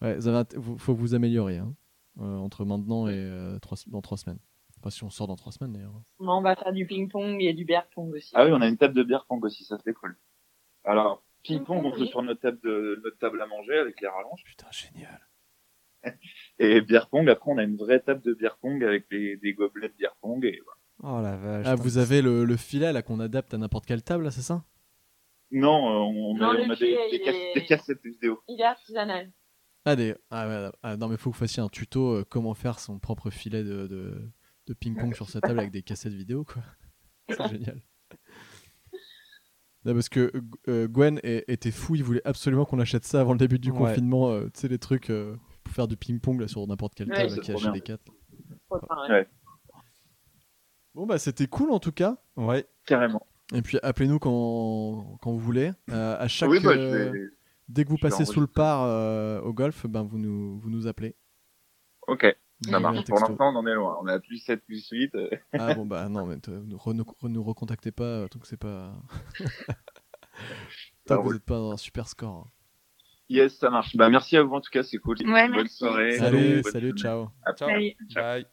Speaker 1: Ouais, ça va, t- vous- faut vous améliorer hein, euh, entre maintenant et euh, trois, dans trois semaines. Enfin si on sort dans trois semaines d'ailleurs. hein.
Speaker 4: Bon, on va faire du ping-pong et du beer pong aussi.
Speaker 2: Ah oui, on a une table de bière pong aussi, ça c'est cool. Alors, ping-pong, on joue sur notre table, de, notre table à manger avec les rallonges.
Speaker 3: Putain, génial.
Speaker 2: Et bière pong, après on a une vraie table de bière pong avec des, des gobelets de bière pong et voilà.
Speaker 3: Oh la vache.
Speaker 1: Ah,
Speaker 3: putain,
Speaker 1: vous avez le, le filet là qu'on adapte à n'importe quelle table, là, c'est ça
Speaker 2: Non, euh, on,
Speaker 4: Non,
Speaker 2: a,
Speaker 4: le
Speaker 2: on a
Speaker 4: pied,
Speaker 2: des, des,
Speaker 4: il
Speaker 2: cas-
Speaker 4: est-
Speaker 2: des cassettes vidéo.
Speaker 4: Il est artisanal.
Speaker 1: ah, des... ah, ouais, ah, non, mais faut que vous fassiez un tuto euh, comment faire son propre filet de, de, de ping-pong sur sa table avec des cassettes vidéo, quoi. C'est génial. Non, parce que euh, Gwen é- était fou, il voulait absolument qu'on achète ça avant le début du
Speaker 3: Ouais.
Speaker 1: confinement, euh, tu sais, les trucs euh, pour faire du ping-pong là sur n'importe quelle
Speaker 4: Ouais,
Speaker 1: table
Speaker 2: c'est
Speaker 1: là, qui
Speaker 2: trop
Speaker 1: achète
Speaker 2: bien.
Speaker 1: des quatre.
Speaker 4: Trop tard, ouais.
Speaker 1: Bon, bah, c'était cool en tout cas.
Speaker 3: Ouais,
Speaker 2: Carrément.
Speaker 1: Et puis, appelez-nous quand, quand vous voulez. Euh, à chaque.
Speaker 2: oui, bah,
Speaker 1: euh,
Speaker 2: je vais...
Speaker 1: Dès que vous
Speaker 2: Je vais
Speaker 1: passez sous le
Speaker 2: enregistrer.
Speaker 1: par euh, au golf, ben vous nous, vous nous appelez.
Speaker 2: Ok, Ça
Speaker 1: Oui, un
Speaker 2: marche. Pour
Speaker 1: texto.
Speaker 2: l'instant, on en est loin. On a plus 7, plus 8. euh,
Speaker 1: Ah bon, bah non, mais t- ne re- ne re- nous recontactez pas euh, tant que c'est pas. tant que vous
Speaker 2: roule.
Speaker 1: n'êtes pas dans un super score. hein.
Speaker 2: Yes, ça marche. Bah, merci à vous en tout cas, c'est cool.
Speaker 4: Ouais,
Speaker 2: Bonne
Speaker 4: merci.
Speaker 2: soirée.
Speaker 1: Salut,
Speaker 2: Bonne
Speaker 1: salut,
Speaker 2: semaine.
Speaker 1: ciao.
Speaker 3: Ciao.
Speaker 4: Salut.
Speaker 3: Bye.